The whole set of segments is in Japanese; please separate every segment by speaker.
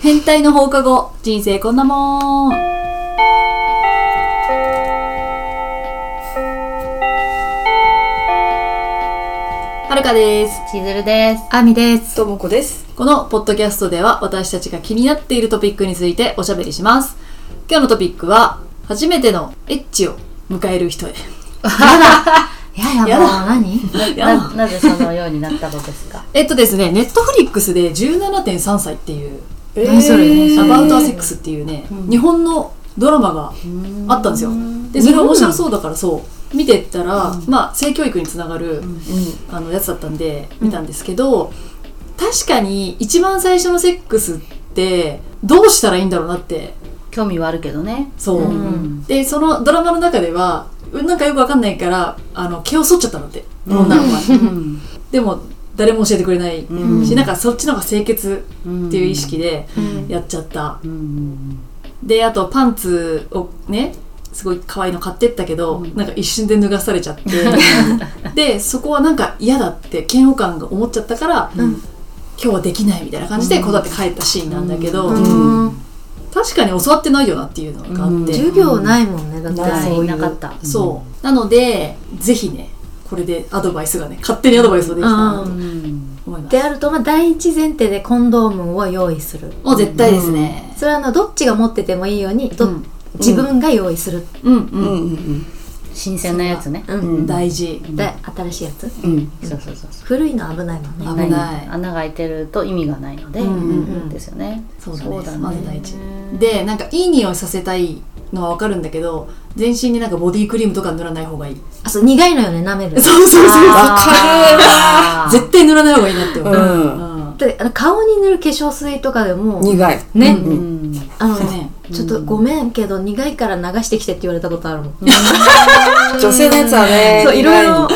Speaker 1: 変態の放課後人生こんなもんはるかです
Speaker 2: しずるです。
Speaker 3: あみです。
Speaker 4: ともこです。
Speaker 1: このポッドキャストでは私たちが気になっているトピックについておしゃべりします今日のトピックは初めてのエッチを迎える人へ
Speaker 3: や
Speaker 1: や
Speaker 3: や
Speaker 1: だ
Speaker 3: もう何？
Speaker 2: な、なぜそのようになったのですか
Speaker 1: えっとですねネットフリックスで17.3歳っていう
Speaker 4: えー
Speaker 3: 何そ
Speaker 1: 「
Speaker 3: れ
Speaker 1: アバウト・ア・セ
Speaker 4: セ
Speaker 1: ックス」っていうね、日本のドラマがあったんですよでそれが面白そうだからそう見てったら、まあ性教育につながる、あのやつだったんで見たんですけど、確かに一番最初のセックスってどうしたらいいんだろうなって
Speaker 2: 興味はあるけどね。
Speaker 1: そう、
Speaker 2: う。
Speaker 3: うん
Speaker 1: でそのドラマの中ではなんかよくわかんないからあの毛を剃っちゃったのって女の子が、
Speaker 2: うん。
Speaker 1: でも誰も教えてくれないし、
Speaker 2: うん
Speaker 1: なんかそっちの方が清潔
Speaker 2: っ
Speaker 1: っていう意。識で
Speaker 4: うん
Speaker 1: やっちゃった、
Speaker 2: うん。
Speaker 1: であとパンツをねすごい可愛いの買ってったけど、
Speaker 2: うん
Speaker 1: なんか一瞬で脱がされちゃっ てでそこはなんか嫌だって嫌悪感が思っちゃったから、今日はできないみたいな感じで
Speaker 2: うん
Speaker 1: こだって帰ったシーンなんだけど、
Speaker 2: うん
Speaker 1: 確かに教わってないよなっていうのがあって、
Speaker 2: うん
Speaker 3: 授業ないもんね。だって。
Speaker 4: な
Speaker 2: は
Speaker 4: そ
Speaker 2: い、
Speaker 4: ういう
Speaker 2: なかった。
Speaker 1: そうなのでぜひねこれでアドバイスがね勝手にアドバイスができたな
Speaker 2: う
Speaker 1: と
Speaker 2: ん。
Speaker 1: 思います、
Speaker 3: であるとまあ第一前提でコンドームを用意する。
Speaker 1: もう絶対ですね、
Speaker 3: それはあのどっちが持っててもいいように
Speaker 1: う
Speaker 3: ど、
Speaker 1: ん、
Speaker 3: 自分が用意する。
Speaker 1: うん
Speaker 4: う
Speaker 1: うん
Speaker 4: んうん
Speaker 2: 新鮮なやつね。
Speaker 3: う。
Speaker 4: うんん。
Speaker 1: 大事
Speaker 3: で新しいやつ。
Speaker 4: うん。
Speaker 2: そうそうそうそう。
Speaker 3: 古いの危ないもんね。
Speaker 1: 危ない
Speaker 2: 穴が開いてると意味がないので。
Speaker 1: うんうん
Speaker 3: うん
Speaker 2: ですよね。
Speaker 1: そうだねまず第一でなんかいい匂いさせたいのはわかるんだけど全身になんかボディクリームとか塗らない方がいい
Speaker 3: あそう苦いのよね舐める。
Speaker 1: そうそう そう
Speaker 2: わか
Speaker 1: 絶対塗らない方がいいなって思う、
Speaker 4: うん
Speaker 1: うん
Speaker 3: だってあの顔に塗る化粧水とかでも
Speaker 4: 苦い。
Speaker 3: ね、
Speaker 2: 対。うん。
Speaker 3: あの
Speaker 1: そうね
Speaker 3: ちょっとごめんけど苦いから流してきてって言われたことあるもん。
Speaker 4: 女性のやつはね、
Speaker 3: そういろいろ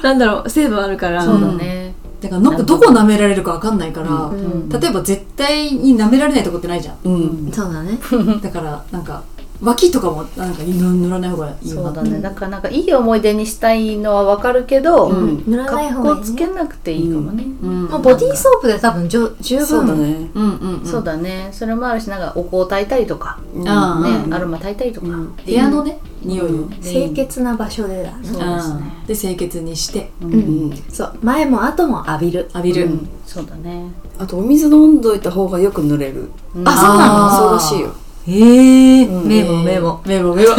Speaker 4: 苦
Speaker 3: なんだろう成分あるから。
Speaker 2: そうだね。
Speaker 1: だからなんかどこ舐められるかわかんないから、
Speaker 2: ん
Speaker 1: 例えば絶対に舐められないとこってないじゃん
Speaker 4: いの。うん。
Speaker 3: そうだね。
Speaker 1: だからなんか脇とかもなんか塗らない方がいいよ
Speaker 2: そ
Speaker 1: な
Speaker 2: う
Speaker 1: って
Speaker 2: だね。だからなんかいい思い出にしたいのはわかるけど、
Speaker 4: うん
Speaker 3: 塗らない
Speaker 2: 格
Speaker 3: 方がいい、
Speaker 2: 好
Speaker 3: ね。
Speaker 2: つけなくていいかもね。
Speaker 1: うん
Speaker 3: もうボディーソープで多分じょ十分
Speaker 4: そうだね。
Speaker 1: うんうんうん
Speaker 2: そうだね。それもあるし、なんかお香炊いたりとか、
Speaker 1: あー、
Speaker 2: ねアロマ炊いたりとか。
Speaker 4: うん
Speaker 1: 部屋のね匂いを、
Speaker 2: うん
Speaker 3: 清潔な場所でだ、ね
Speaker 2: そうですね。
Speaker 1: で清潔にして
Speaker 2: う
Speaker 4: うんん。
Speaker 3: そう前も後も浴びる
Speaker 1: 浴びる、
Speaker 2: うんそうだね。
Speaker 4: あとお水飲んどいた方がよく濡れる。
Speaker 3: あそうなの
Speaker 1: あー
Speaker 4: そうらしいよ。
Speaker 3: ええ
Speaker 4: うん
Speaker 3: メモメモ
Speaker 1: メモ メモ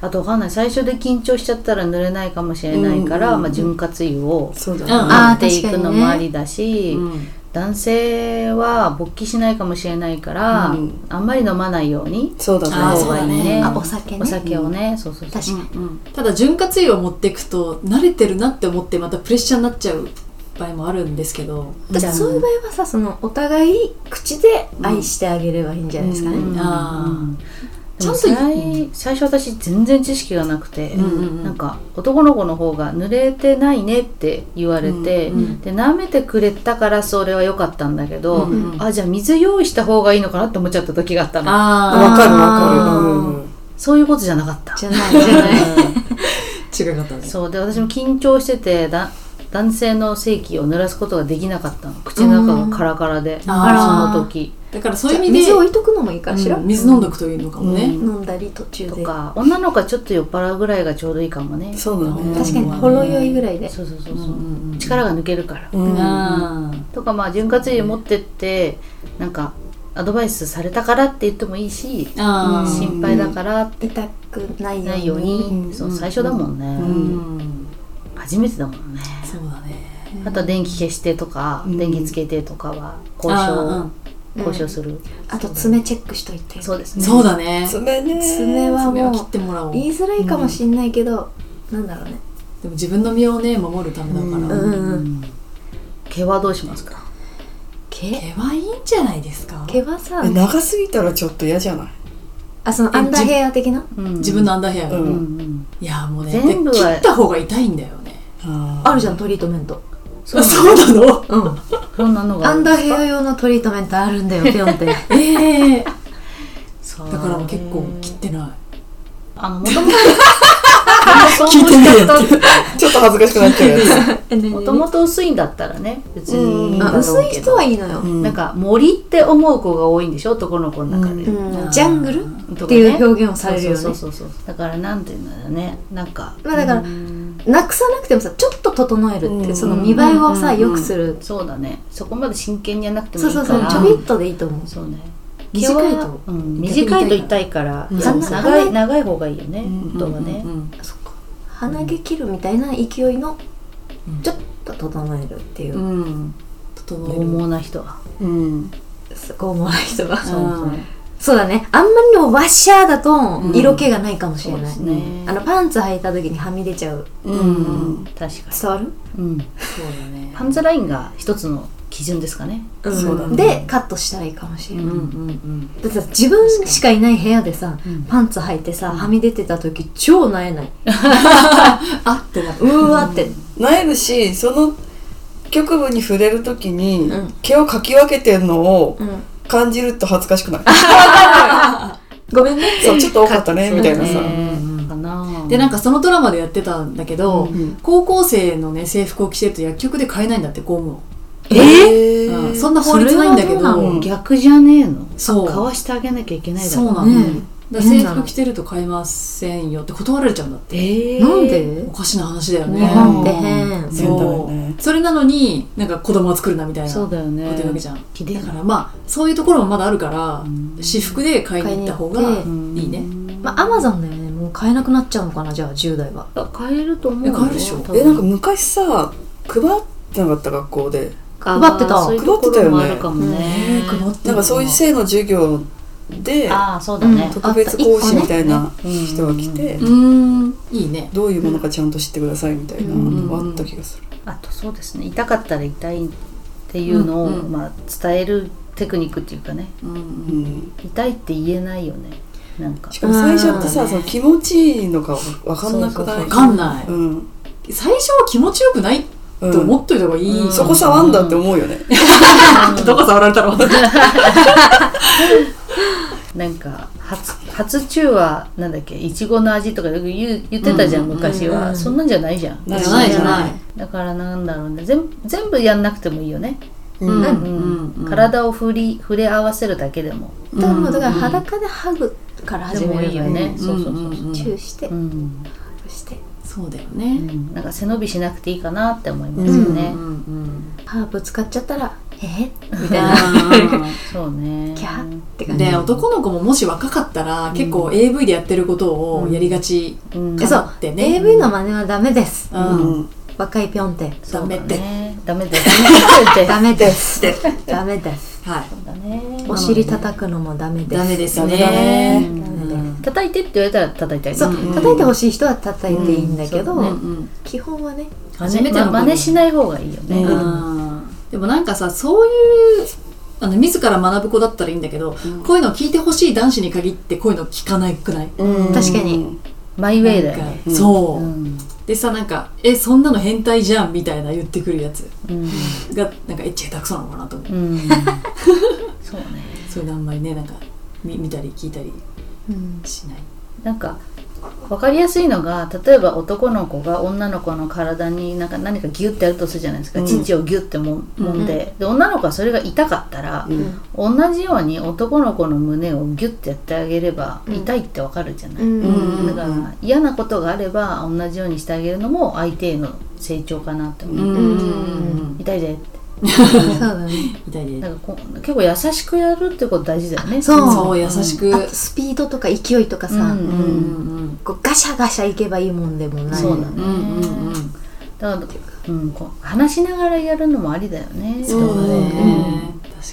Speaker 2: あとわかんない。最初で緊張しちゃったら濡れないかもしれないか
Speaker 4: うん
Speaker 2: ら、
Speaker 4: うん
Speaker 2: まあ潤滑油を
Speaker 4: そうだ
Speaker 1: うん
Speaker 4: ね。
Speaker 3: あー
Speaker 2: 塗っていくのもありだし、
Speaker 1: うん
Speaker 2: 男性は勃起しないかもしれないから、
Speaker 4: うん
Speaker 2: あんまり飲まないように
Speaker 4: そう
Speaker 1: あ
Speaker 4: だ
Speaker 1: ー
Speaker 2: した方
Speaker 4: ね
Speaker 1: そう
Speaker 2: が
Speaker 1: だ
Speaker 2: いいね。
Speaker 1: ね
Speaker 3: あお酒ね
Speaker 2: お酒をね、そうそうそう。
Speaker 3: 確か
Speaker 1: ただ潤滑油を持っていくと慣れてるなって思ってまたプレッシャーになっちゃう場合もあるんですけど、
Speaker 3: にだ
Speaker 2: じゃあ
Speaker 3: そういう場合はさそのお互い口で愛してあげればいいんじゃないですかね、
Speaker 4: うん
Speaker 1: あー
Speaker 2: で
Speaker 1: ちゃん
Speaker 2: も
Speaker 1: と
Speaker 2: 最最初私全然知識がなくて、
Speaker 1: うんうんうん
Speaker 2: なんか男の子の方が「濡れてないね」って言われて、
Speaker 1: うんうん
Speaker 2: で舐めてくれたからそれは良かったんだけど、
Speaker 1: うんうんうん
Speaker 2: あじゃあ水用意した方がいいのかなって思っちゃった時があったの
Speaker 1: あ
Speaker 4: わかる
Speaker 3: あー
Speaker 4: わ
Speaker 2: そういうことじゃなかった
Speaker 3: じゃないじゃない
Speaker 1: あ違かったね
Speaker 2: そうで私も緊張しててだ男性の性器を濡らすことができなかったの口の中がカラカラで、
Speaker 1: あ
Speaker 3: ー
Speaker 2: その時
Speaker 1: だからそういう意味で
Speaker 3: 水置いとくのもいいかしら、
Speaker 1: うん水飲んどくというのかもね、
Speaker 4: うん
Speaker 3: 飲んだり途中
Speaker 2: と
Speaker 3: で
Speaker 2: か女の子はちょっと酔っ払うぐらいがちょうどいいかもね
Speaker 4: かる。そうだね。
Speaker 3: 確かに
Speaker 1: うん
Speaker 3: ほろ酔いぐらいで、
Speaker 2: そうそうそうそう、
Speaker 1: うんうん
Speaker 2: 力が抜けるから
Speaker 4: うん
Speaker 1: あ
Speaker 2: とかまあ潤滑油持ってってなんかアドバイスされたからって言ってもいいし
Speaker 1: ーあー
Speaker 2: 心配だからって
Speaker 3: 痛くないよう
Speaker 2: ない
Speaker 3: に
Speaker 2: ように、
Speaker 4: ん
Speaker 2: そう最初だもんね、
Speaker 1: うん
Speaker 2: 初めてだもんね、
Speaker 1: そうだね
Speaker 2: あとは電気消してとか、
Speaker 4: うん
Speaker 2: 電気つけてとかは交
Speaker 1: あ
Speaker 2: 渉
Speaker 3: うん
Speaker 2: 交渉する、
Speaker 3: あと爪チェックしといて
Speaker 2: そうです
Speaker 1: ー
Speaker 2: ね
Speaker 1: そうだね
Speaker 4: 爪ね。
Speaker 3: 爪は
Speaker 1: 爪は
Speaker 3: も
Speaker 1: 切っ
Speaker 3: う
Speaker 1: てもらおう
Speaker 3: 言いづらいかもしんないけど、なんだろうね
Speaker 1: でも自分の身をね守るためだから、
Speaker 4: うん
Speaker 3: うんうん
Speaker 2: 毛はどうしますか
Speaker 3: 毛
Speaker 1: 毛はいいんじゃないですか
Speaker 3: 毛はさ
Speaker 4: え長すぎたらちょっと嫌じゃない。
Speaker 3: あそのアンダーヘア的な
Speaker 1: 自分のアンダーヘアが、
Speaker 4: う
Speaker 2: うんん
Speaker 1: いやもうね
Speaker 2: 全部
Speaker 1: で切
Speaker 2: は
Speaker 1: った方が痛いんだよね
Speaker 4: あ
Speaker 3: あるじゃ
Speaker 4: ん。
Speaker 3: んトリートメント
Speaker 2: そう
Speaker 1: そうなの
Speaker 3: うん
Speaker 2: そんなのが
Speaker 3: ア
Speaker 2: ある
Speaker 3: ン
Speaker 2: ん
Speaker 3: ダ
Speaker 2: です
Speaker 3: ーヘ
Speaker 2: か
Speaker 3: ア用のトリートメントあるんだよピョンって
Speaker 1: ええ
Speaker 2: そう
Speaker 1: だからもう結構切ってない
Speaker 2: あのもともと
Speaker 1: 聞いてねえよって
Speaker 4: ちょっと恥ずかしくなっちゃうや
Speaker 2: もともと薄いんだったらね別にいいんだ
Speaker 3: あ
Speaker 2: ろうけど、
Speaker 3: 薄い人はいいのよ
Speaker 4: つ、う。ん
Speaker 2: なんか森って思う子が多いんでしょ男の子の中で、
Speaker 3: うんジャングル
Speaker 2: と
Speaker 3: っ
Speaker 2: か
Speaker 3: て
Speaker 2: ね
Speaker 3: いう表現をされるよね。
Speaker 2: そうそうそうそうだからなんていうんだろうねなんか
Speaker 3: まあだから
Speaker 2: うん
Speaker 3: なくさなくてもさちょっと整えるって、
Speaker 4: うん
Speaker 3: その見栄えをさ、
Speaker 2: うん
Speaker 3: 良くする、
Speaker 2: そうだねそこまで真剣にやらなくても
Speaker 3: そ
Speaker 2: いういか
Speaker 3: そ
Speaker 2: ら
Speaker 3: うそうちょびっとでいいと思う
Speaker 2: そうね
Speaker 1: 短いと
Speaker 2: 毛はうん、短いと痛いから、
Speaker 4: うん
Speaker 2: そう
Speaker 3: そう
Speaker 2: 長い長い方がいいよね、本当はね、
Speaker 4: うん
Speaker 3: そっか鼻毛切るみたいな勢いの
Speaker 4: うん
Speaker 3: ちょっと整えるっていう、
Speaker 4: うん
Speaker 1: 整え
Speaker 2: 獰
Speaker 1: る
Speaker 2: 猛な人は
Speaker 4: うん
Speaker 3: すごい思わない人が
Speaker 2: そうですね
Speaker 3: そうだねあんまりにもワッシャーだと
Speaker 4: うん
Speaker 3: 色気がないかもし
Speaker 2: そ
Speaker 3: れ
Speaker 2: うで
Speaker 3: ない、
Speaker 2: すね、
Speaker 3: あのパンツ履いた時にはみ出ちゃう
Speaker 4: う
Speaker 2: うん
Speaker 4: ん
Speaker 2: 確かに、
Speaker 3: 伝わる、
Speaker 2: うん、
Speaker 1: そうだね
Speaker 2: パンツラインが一つの基準ですかね
Speaker 4: そうだね
Speaker 3: でカットしたらいいかもしれない、
Speaker 2: うん
Speaker 4: うん
Speaker 3: だってさ自分しかいない部屋でさ、
Speaker 2: うん
Speaker 3: パンツ履いてさはみ出てた時超なえない
Speaker 1: あってなる
Speaker 3: うーわって、
Speaker 4: なえるしその局部に触れるときに、
Speaker 3: うん
Speaker 4: 毛をかき分けてるのを
Speaker 3: うん
Speaker 4: 感じると恥ずかしくない、
Speaker 3: ごめんね
Speaker 4: そうちょっと多かったねみたいなさ、
Speaker 2: そうねかな
Speaker 1: でなん
Speaker 2: か
Speaker 1: かそのドラマでやってたんだけど、
Speaker 4: うん
Speaker 1: 高校生のね制服を着てると薬局で買えないんだってゴムを、
Speaker 4: え
Speaker 1: うんそんな法律ないんだけど
Speaker 3: それはど
Speaker 4: うなの
Speaker 2: 逆じゃねえの
Speaker 1: そう
Speaker 2: かわしてあげなきゃいけないだ
Speaker 1: そ
Speaker 2: ろ
Speaker 1: うなの、
Speaker 3: ね
Speaker 1: だから制服着てると買えませんよって断られちゃうんだって
Speaker 2: えー
Speaker 3: なん
Speaker 1: お
Speaker 3: で
Speaker 1: かしな話だよね
Speaker 3: 日本って変
Speaker 4: 変だよね
Speaker 1: それなのになんか子供は作るなみたいな
Speaker 2: そうだよね
Speaker 1: こと言うわけじゃん
Speaker 2: ひでえ
Speaker 1: だか
Speaker 2: な
Speaker 1: らまあそういうところもまだあるから、
Speaker 2: ん
Speaker 1: 私服で買いに行った方が
Speaker 3: 買いに
Speaker 1: い
Speaker 3: 行
Speaker 1: いね
Speaker 3: まあ、アマゾンだよね。もう買えなくなっちゃうのかな、じゃあ、10代は。
Speaker 2: あ買えると思うよ
Speaker 1: え買えるでしょ
Speaker 2: 多分
Speaker 4: えなんか昔さ配ってなかった学校で
Speaker 2: あ
Speaker 3: 配ってた
Speaker 2: まあそういうところもあるかもね
Speaker 1: えー曇って
Speaker 4: なんかそういう性の授業で
Speaker 2: ああそうだね
Speaker 4: 特別講師みたいな人が来て、
Speaker 1: うーんいいね
Speaker 4: どういうものかちゃんと知ってくださいみたいな
Speaker 1: うん
Speaker 4: のがあった気がする、
Speaker 2: あとそうですね痛かったら痛いっていうのを、
Speaker 1: うんうん
Speaker 2: まあ、伝えるテクニックっていうかね
Speaker 1: うんうん
Speaker 4: うん
Speaker 2: 痛いって言えないよねなんか
Speaker 4: しかも最初ってさ、
Speaker 1: うん
Speaker 4: その気持ちいいのかわかんなく
Speaker 2: そうそうそ
Speaker 4: ない
Speaker 2: うわ
Speaker 1: わかんない、
Speaker 4: うん
Speaker 1: 最初は気持ちよくない
Speaker 4: うん
Speaker 1: と思っといた方がいい、
Speaker 2: うん
Speaker 4: そこ触んだって思うよね、
Speaker 1: どこ触られたら私
Speaker 2: なんか初初中はなんだっけいちごの味とかよく言う言ってたじゃん、
Speaker 1: うん
Speaker 2: 昔は、
Speaker 3: うん
Speaker 2: そんなんじゃないじゃん
Speaker 4: ない
Speaker 1: じゃない
Speaker 4: じゃない
Speaker 2: だからなんだろうね全全部やんなくてもいいよね、
Speaker 4: う
Speaker 1: うん
Speaker 4: ん
Speaker 2: う
Speaker 1: うん
Speaker 2: ん体を振り触れ合わせるだけでも
Speaker 3: だからもうだから裸でハグから
Speaker 2: で
Speaker 3: 始め
Speaker 2: も
Speaker 3: れば
Speaker 2: いいよね、そうそうそうそう
Speaker 1: うん
Speaker 3: チューして、ハ
Speaker 2: うん
Speaker 3: グして。
Speaker 1: そうだよ
Speaker 2: う
Speaker 1: ね
Speaker 2: んなんか背伸びしなくていいかなって思いますよね、
Speaker 1: うんうん
Speaker 3: 歯ぶつかっちゃったら、えっみたいな。
Speaker 1: うん
Speaker 2: そうね
Speaker 3: キャーって感じ。
Speaker 1: で男の子ももし若かったら結構 AV でやってることをやりがち
Speaker 2: うん
Speaker 1: かなってね、
Speaker 3: AV の真似はダメです。
Speaker 1: うん
Speaker 4: うん
Speaker 3: 若いぴょんって。
Speaker 2: そうだね
Speaker 1: ダメって
Speaker 2: ダメでダメで
Speaker 3: ダメです。ダメです。
Speaker 1: はい
Speaker 2: だね
Speaker 3: お尻叩くのもダメです。
Speaker 1: ダメです
Speaker 4: ダメだ
Speaker 1: ね
Speaker 4: ね
Speaker 2: うん
Speaker 1: うん
Speaker 2: 叩いてって言われたら叩いたり
Speaker 3: そう、
Speaker 4: ん
Speaker 3: 叩いてほしい人は叩いていいんだけど、
Speaker 2: うんそう
Speaker 1: うん
Speaker 3: 基本はね、
Speaker 1: 初めての子
Speaker 2: ま真似しない方がいいよね、
Speaker 4: うん
Speaker 1: でもなんかさそういうあの自ら学ぶ子だったらいいんだけど、こういうのを聞いてほしい男子に限ってこういうの聞かないくない、
Speaker 4: うん
Speaker 3: 確かに
Speaker 2: マイウェイだよ
Speaker 1: なん
Speaker 2: ね
Speaker 1: かそう、
Speaker 2: うん
Speaker 1: でさなんか「えそんなの変態じゃん」みたいな言ってくるやつ
Speaker 2: うん
Speaker 1: がなんかエッチ下手くそなのかなと思う、
Speaker 2: うんそうね
Speaker 1: そういうのあんまりねなんか見見たり聞いたりしない、
Speaker 2: なんか分かりやすいのが例えば男の子が女の子の体になんか何かギュッてやるとするじゃないですか、
Speaker 4: うん
Speaker 2: 乳をギュッても揉んで,、で女の子はそれが痛かったら
Speaker 4: う、ん
Speaker 2: 同じように男の子の胸をギュッてやってあげれば、
Speaker 3: うん
Speaker 2: 痛いって分かるじゃない、
Speaker 3: うん
Speaker 2: だから嫌なことがあれば同じようにしてあげるのも相手への成長かなって思う、
Speaker 1: ん
Speaker 2: 痛いでって
Speaker 3: そうだね。
Speaker 1: 痛いで
Speaker 2: なんかこう結構優しくやるってこと大事だよね
Speaker 3: そう
Speaker 1: そう優しく、
Speaker 3: あとスピードとか勢いとかさ、
Speaker 2: うん
Speaker 1: うんうん
Speaker 3: こうガシャガシャいけばいいもんでもない
Speaker 2: そうだね、
Speaker 1: うんうんうん
Speaker 2: だから、うん、こう話しながらやるのもありだよね
Speaker 1: そうだね、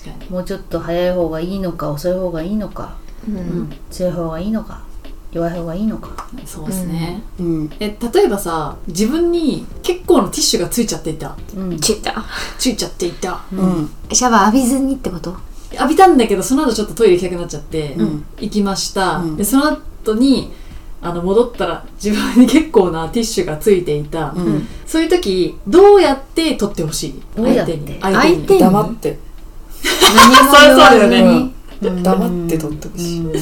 Speaker 1: 確か
Speaker 2: もうちょっと早い方がいいのか遅い方がいいのか
Speaker 3: うん
Speaker 2: 強い方がいいのか弱い方がいいのか
Speaker 1: にそうですね、
Speaker 4: うん
Speaker 1: え例えばさ自分に結構のティッシュがついちゃっていた
Speaker 2: うん
Speaker 3: ちょっと
Speaker 1: ついちゃっていた
Speaker 4: うん
Speaker 3: シャワー浴びずにってこと
Speaker 1: 浴びたんだけどその後ちょっとトイレ行きたくなっちゃって、
Speaker 4: うん
Speaker 1: 行きました、
Speaker 4: うん
Speaker 1: でその後にあの戻ったら自分に結構なティッシュがついていた、
Speaker 4: うん
Speaker 1: そういう時どうやって取ってほしい
Speaker 2: どうや
Speaker 1: 相
Speaker 2: って
Speaker 1: 手に
Speaker 2: 相
Speaker 3: 手に
Speaker 1: に
Speaker 4: 黙って
Speaker 3: 何も言わずに
Speaker 4: 黙って取ってほしい
Speaker 2: うん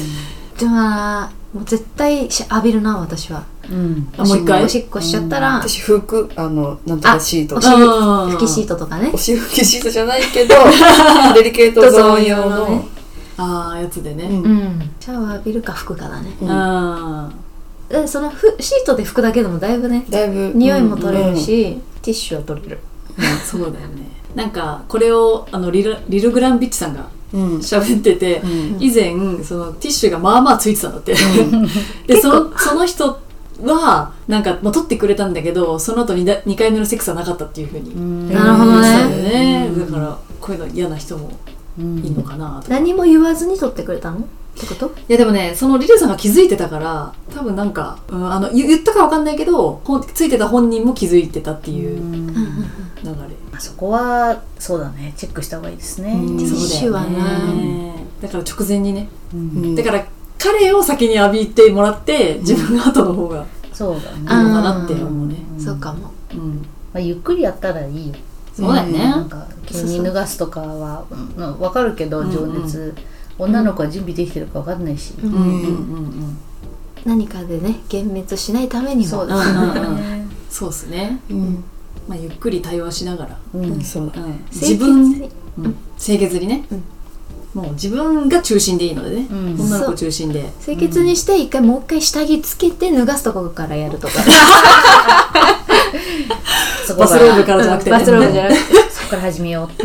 Speaker 3: じゃあもう絶対シャ浴びるな私は
Speaker 2: うん
Speaker 1: あもう一回
Speaker 3: おしっこしちゃったら、
Speaker 4: 私服あのなんとかシート
Speaker 3: おし
Speaker 1: うん
Speaker 3: 拭きシートとかね
Speaker 4: お。し拭きシートじゃないけどデリケートゾーン用
Speaker 1: ゾーン用の
Speaker 4: の
Speaker 1: ねああやつでね、
Speaker 4: うん
Speaker 2: うん
Speaker 3: シャワー浴びるか拭くかだね。
Speaker 4: うん
Speaker 1: あ
Speaker 3: でそのふシートで拭くだけでもだいぶね
Speaker 4: だいぶ
Speaker 3: 匂いも取れるし、ティッシュは取れる。
Speaker 1: あそうだよねなんかこれをあのリルリル・グランビッチさんが
Speaker 4: うん
Speaker 1: 喋ってて、
Speaker 4: うん
Speaker 1: 以前そのティッシュがまあまあついてたんだって、でそのその人はなんか、まあ、取ってくれたんだけどその後に 2, 2回目のセックスはなかったっていうふうに言って
Speaker 4: うん
Speaker 3: なるほど
Speaker 1: た
Speaker 3: ね
Speaker 1: んだよね、
Speaker 4: うん
Speaker 1: だからこういうの嫌な人も
Speaker 2: うん
Speaker 1: いいのかなとか、い
Speaker 3: 何も言わずに取ってくれたのってこと
Speaker 1: やでもねそのリレさんが気づいてたから多分なんか、うん、あの言言ったかわかんないけどほんついてた本人も気づいてたっていうううん流れ、
Speaker 2: まあそこはそうだねチェックした方がいいですね、
Speaker 1: うん
Speaker 3: ティッシュは
Speaker 1: そうだよねだから直前にね
Speaker 2: うん
Speaker 4: うん
Speaker 1: だから彼を先に浴びてもらって自分が後の方がいい
Speaker 2: そうだね
Speaker 3: あ
Speaker 1: のかなって思うね、
Speaker 2: うん
Speaker 3: そうかも。
Speaker 1: うん、
Speaker 2: まあ、ゆっくりやったらいいよ
Speaker 1: そうだよね
Speaker 2: なんか急に脱がすとかはうんわかるけど
Speaker 1: うん
Speaker 2: 情熱、女の子は準備できてるかわかんないし、
Speaker 1: うんうんうんうん
Speaker 3: 何かでね、幻滅しないためにも。
Speaker 2: そう
Speaker 1: だ
Speaker 2: だ
Speaker 1: ね
Speaker 2: ね、
Speaker 1: そうですね、
Speaker 4: うん
Speaker 1: まあ、ゆっくり対話しながら、
Speaker 2: う
Speaker 4: うんん、そうだ
Speaker 1: うん
Speaker 3: 清潔
Speaker 1: 自分
Speaker 3: に
Speaker 1: うん清潔にね、もう自分が中心でいいのでね、
Speaker 2: うん
Speaker 1: 女の子中心で
Speaker 3: 清潔にして一回もう一回下着つけて脱がすところからやるとか
Speaker 2: そこ
Speaker 1: バス
Speaker 2: か
Speaker 1: ローブ
Speaker 2: ら
Speaker 1: からじゃなくて、ね、
Speaker 3: バスローブじゃなくて、
Speaker 2: そこから始めよう、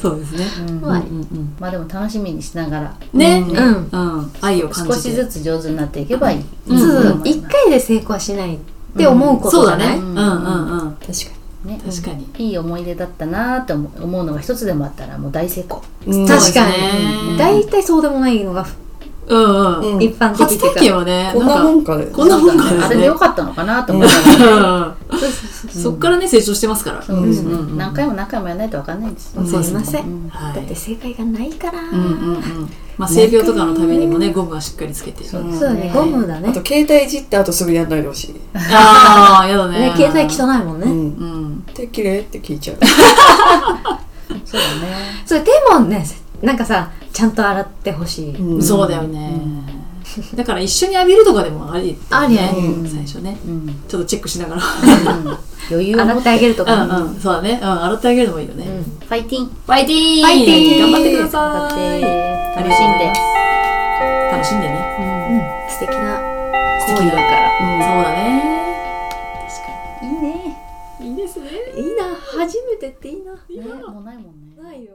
Speaker 1: そうですね、
Speaker 2: うん
Speaker 3: はい
Speaker 1: うんうん
Speaker 2: まあでも楽しみにしながら
Speaker 1: ね、
Speaker 3: う
Speaker 1: うん
Speaker 3: ん
Speaker 1: うん、愛を感じ
Speaker 2: 少
Speaker 1: て
Speaker 2: しずつ上手になっていけばいい、
Speaker 1: うん
Speaker 3: そうそう
Speaker 2: うん
Speaker 3: 一回で成功はしないって思うこ
Speaker 1: そ
Speaker 3: と
Speaker 1: う
Speaker 3: じゃ
Speaker 1: だ
Speaker 3: ない、
Speaker 1: ねうんうんうん
Speaker 4: 確か
Speaker 2: ね、
Speaker 1: 確かに、
Speaker 2: いい思い出だったなって思う思うのが一つでもあったらもう大成功
Speaker 4: に
Speaker 3: 確かに
Speaker 1: に
Speaker 3: 大体そうでもないのが
Speaker 1: うんうん
Speaker 4: うん
Speaker 3: 一般的っ
Speaker 1: 初
Speaker 3: ていう
Speaker 1: 体
Speaker 3: か、
Speaker 1: 験はね
Speaker 4: こんなもんかね
Speaker 1: こんなもんか
Speaker 2: そうだね
Speaker 1: ら
Speaker 2: あれで
Speaker 1: ね
Speaker 2: よかったのかなと思ったら、
Speaker 1: うんそっからね成長してますから
Speaker 2: そうですね、
Speaker 1: うんうんうん
Speaker 2: 何回も何回もやらないとわかんないですよね
Speaker 1: そう
Speaker 3: わ
Speaker 1: で
Speaker 3: かりません、
Speaker 2: うん
Speaker 1: はい
Speaker 3: だって正解がないから、
Speaker 1: うんうんうんまあ性病とかのためにもねゴムはしっかりつけて
Speaker 2: そう
Speaker 3: そうだねゴムだね
Speaker 4: あと携帯いじってあとすぐやんないでほしい、
Speaker 1: ああやだね
Speaker 3: ね携帯汚いもんね、
Speaker 4: うん
Speaker 1: うん
Speaker 4: 手綺麗って聞いちゃう
Speaker 2: そうだね
Speaker 3: それ手もねなんかさちゃんと洗ってほしい、
Speaker 4: うん
Speaker 1: そうだよねだから一緒に浴びるとかでもありだよね
Speaker 3: あり
Speaker 4: や
Speaker 1: 最初ね
Speaker 2: うん、うん
Speaker 1: ちょっとチェックしながら
Speaker 2: 余裕を
Speaker 3: 洗
Speaker 2: 持
Speaker 3: っ
Speaker 2: って
Speaker 3: あげるとか、
Speaker 1: うんうんそうだねうん洗ってあげるのもいいよね
Speaker 3: うん
Speaker 2: ファイティン
Speaker 1: ファイティーン
Speaker 3: ファイティーン
Speaker 1: 頑張ってくだ
Speaker 2: 頑張っ
Speaker 1: さい
Speaker 2: て楽しんで
Speaker 1: 楽しんでね
Speaker 3: うん素敵な
Speaker 1: 素敵だからそうだね
Speaker 3: いいね
Speaker 1: いいですね
Speaker 3: いいな初めてっていいない
Speaker 2: ねもうないもんね
Speaker 3: ないよ